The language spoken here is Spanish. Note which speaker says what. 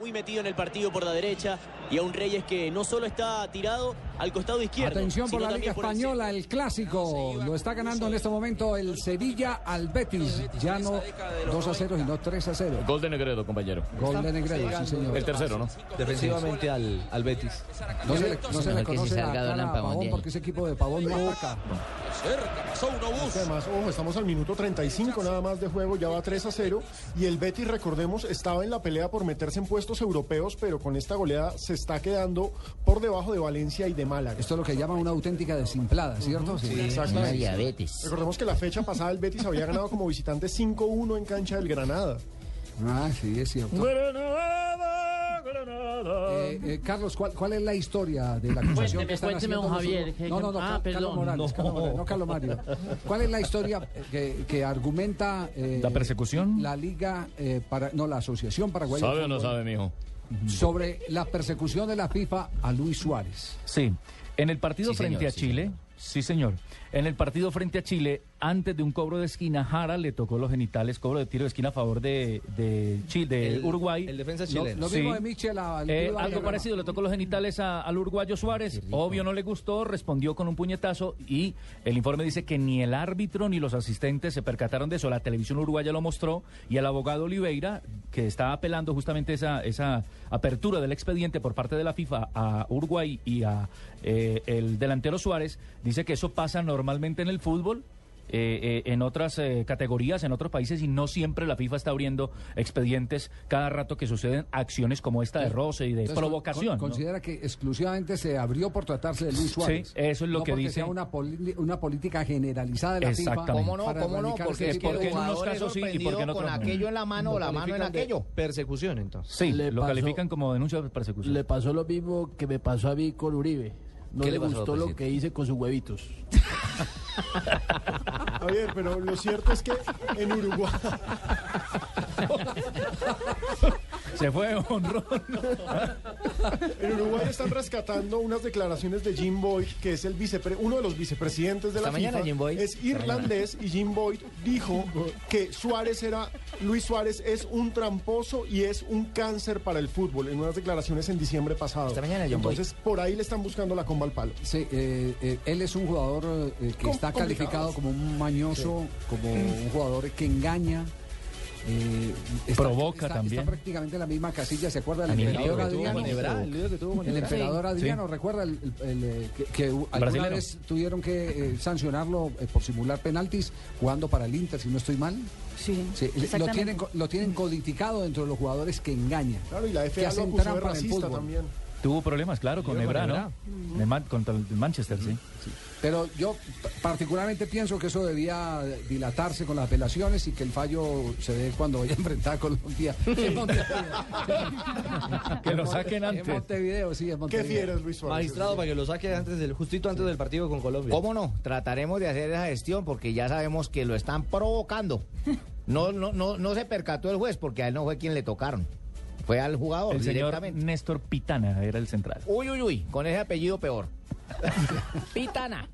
Speaker 1: muy metido en el partido por la derecha y a un Reyes que no solo está tirado al costado izquierdo.
Speaker 2: Atención
Speaker 1: sino
Speaker 2: por la Liga
Speaker 1: también por el
Speaker 2: Española, el clásico. Lo está ganando en este momento el Sevilla al Betis. Ya no 2 a 0, sino 3 a 0.
Speaker 3: Gol de Negredo, compañero.
Speaker 2: Gol de Negredo, sí, señor.
Speaker 3: El tercero, ¿no?
Speaker 4: defensivamente al, al Betis.
Speaker 2: No se le, no se le
Speaker 5: Mejor que
Speaker 2: conoce
Speaker 5: si
Speaker 2: la
Speaker 5: salga
Speaker 2: cara
Speaker 5: Dolan
Speaker 2: a
Speaker 5: Pavón de
Speaker 2: Pavón
Speaker 5: ahí.
Speaker 2: porque ese equipo de Pavón no ataca.
Speaker 6: Además, ojo, estamos al minuto 35 nada más de juego, ya va 3 a 0 y el Betis, recordemos, estaba en la pelea por meterse en puestos europeos, pero con esta goleada se está quedando por debajo de Valencia y de Málaga.
Speaker 2: Esto es lo que llama una auténtica desimplada, ¿cierto? Sí,
Speaker 5: Una
Speaker 6: Exactamente.
Speaker 5: diabetes.
Speaker 6: Recordemos que la fecha pasada el Betis había ganado como visitante 5-1 en cancha del Granada.
Speaker 2: Ah, sí, es cierto.
Speaker 3: Granada, Granada.
Speaker 2: Eh, eh, Carlos, ¿cuál, ¿cuál es la historia de la acusación que están
Speaker 5: cuénteme,
Speaker 2: haciendo?
Speaker 5: don
Speaker 2: los-
Speaker 5: Javier, que-
Speaker 2: No, no, no,
Speaker 5: ah,
Speaker 2: Ca- Carlos
Speaker 5: perdón,
Speaker 2: Morales,
Speaker 5: no.
Speaker 2: Carlos Morales, no Carlos Mario. ¿Cuál es la historia que, que argumenta... eh,
Speaker 3: ¿La persecución?
Speaker 2: La Liga, eh, para, no, la Asociación Paraguaya. de
Speaker 3: ¿Sabe o no
Speaker 2: Fútbol
Speaker 3: sabe, mijo?
Speaker 2: Sobre la persecución de la FIFA a Luis Suárez.
Speaker 7: Sí, en el partido
Speaker 5: Sí,
Speaker 7: frente
Speaker 5: señor,
Speaker 7: a
Speaker 5: sí,
Speaker 7: Chile,
Speaker 5: señor.
Speaker 7: sí señor, en el partido frente a Chile, antes de un cobro de esquina, Jara le tocó los genitales, cobro de tiro de esquina a favor de, de, Chile, de
Speaker 4: El-
Speaker 7: Uruguay.
Speaker 4: el defensa
Speaker 2: Lo,
Speaker 4: chileno.
Speaker 2: lo mismo
Speaker 7: Sí.
Speaker 2: de Michel a- al
Speaker 7: Eh,
Speaker 2: Uruguay,
Speaker 7: algo
Speaker 2: ¿no?
Speaker 7: parecido, le tocó los genitales a- al uruguayo Suárez, obvio no le gustó, respondió con un puñetazo y el informe dice que ni el árbitro ni los asistentes se percataron de eso, la televisión uruguaya lo mostró y el abogado Oliveira, que está apelando justamente esa, esa apertura del expediente por parte de la FIFA a Uruguay y a eh, el delantero Suárez, dice que eso pasa normalmente en el fútbol, eh, eh, en otras eh, categorías, en otros países, y no siempre la FIFA está abriendo expedientes cada rato que suceden acciones como esta de roce y de
Speaker 2: Entonces,
Speaker 7: provocación.
Speaker 2: con-
Speaker 7: ¿no?
Speaker 2: Considera que exclusivamente se abrió por tratarse de Luis Suárez.
Speaker 7: eso es lo
Speaker 2: No
Speaker 7: que
Speaker 2: porque
Speaker 7: dice.
Speaker 2: sea una, poli- una política generalizada de la FIFA.
Speaker 7: Exactamente. ¿Cómo
Speaker 8: no?
Speaker 2: para
Speaker 8: ¿Cómo no?
Speaker 2: erradicar
Speaker 8: Porque
Speaker 2: ese
Speaker 7: es
Speaker 2: tipo de
Speaker 7: porque en unos
Speaker 8: jugadores
Speaker 7: casos sí y
Speaker 8: sorprendido
Speaker 7: porque en otros
Speaker 8: con
Speaker 7: no.
Speaker 8: aquello en la mano o la mano en
Speaker 4: califican de
Speaker 8: aquello.
Speaker 4: Persecución, entonces.
Speaker 7: Sí,
Speaker 9: Le
Speaker 7: lo
Speaker 9: pasó-
Speaker 7: califican como denuncia de persecución.
Speaker 9: Le pasó lo mismo que me pasó a mí con Uribe. No
Speaker 5: ¿Qué
Speaker 9: le,
Speaker 5: le pasó,
Speaker 9: gustó lo
Speaker 5: presidente?
Speaker 9: que hice con sus huevitos.
Speaker 6: Javier, pero lo cierto es que en Uruguay...
Speaker 7: Se fue honrón.
Speaker 6: En Uruguay están rescatando unas declaraciones de Jim Boyd, que es el vicepre- uno de los vicepresidentes de la
Speaker 4: Esta mañana,
Speaker 6: FIFA.
Speaker 4: Jim Boyd.
Speaker 6: Es irlandés y Jim Boyd dijo que Suárez era Luis Suárez es un tramposo y es un cáncer para el fútbol en unas declaraciones en diciembre pasado.
Speaker 4: Esta mañana, Jim Boyd.
Speaker 6: Entonces por ahí le están buscando la comba al palo.
Speaker 2: Sí, eh, eh, él es un jugador eh, que
Speaker 6: Com-
Speaker 2: está
Speaker 6: complicado.
Speaker 2: calificado como un mañoso, como un jugador que engaña. eh,
Speaker 7: Provoca también.
Speaker 2: Está prácticamente en la misma casilla, ¿se acuerda del
Speaker 7: A mí me
Speaker 2: emperador
Speaker 7: dio que tuvo
Speaker 2: Adriano?
Speaker 7: con
Speaker 4: Ebra, el lío que tuvo con
Speaker 2: El
Speaker 4: Ebra.
Speaker 2: emperador Adriano, ¿recuerda el, el- el, eh, que, que alguna
Speaker 7: Brasilero.
Speaker 2: vez tuvieron que eh, sancionarlo eh, por simular penaltis jugando para el Inter, si no estoy mal?
Speaker 10: Sí,
Speaker 2: Sí, le- lo, tienen, co- lo tienen codificado dentro de los jugadores que engañan.
Speaker 6: Claro, y la
Speaker 2: que
Speaker 6: FA lo
Speaker 2: hacen
Speaker 6: acusó de
Speaker 2: trampa en el
Speaker 6: racista
Speaker 2: fúbol.
Speaker 6: también.
Speaker 7: Tuvo problemas, claro, con
Speaker 4: con
Speaker 7: Ebra,
Speaker 4: Ebra.
Speaker 7: ¿no? De Man- contra el Manchester, sí.
Speaker 2: Pero yo p- particularmente pienso que eso debía dilatarse con las apelaciones y que el fallo se dé cuando vaya a enfrentar a Colombia. En Montevideo.
Speaker 7: Que lo saquen
Speaker 2: En
Speaker 7: antes.
Speaker 2: Montevideo, sí, en
Speaker 6: ¿Qué
Speaker 2: Montevideo.
Speaker 6: fieres, Luis Suárez?
Speaker 4: Magistrado para que lo saque antes del justito antes del partido con Colombia.
Speaker 5: ¿Cómo no? Trataremos de hacer esa gestión porque ya sabemos que lo están provocando. No, no, no, no se percató el juez porque a él no fue quien le tocaron. Fue al jugador
Speaker 7: El señor
Speaker 5: directamente.
Speaker 7: Néstor Pitana era el central.
Speaker 5: Uy, uy, uy, con ese apellido peor. Pitana.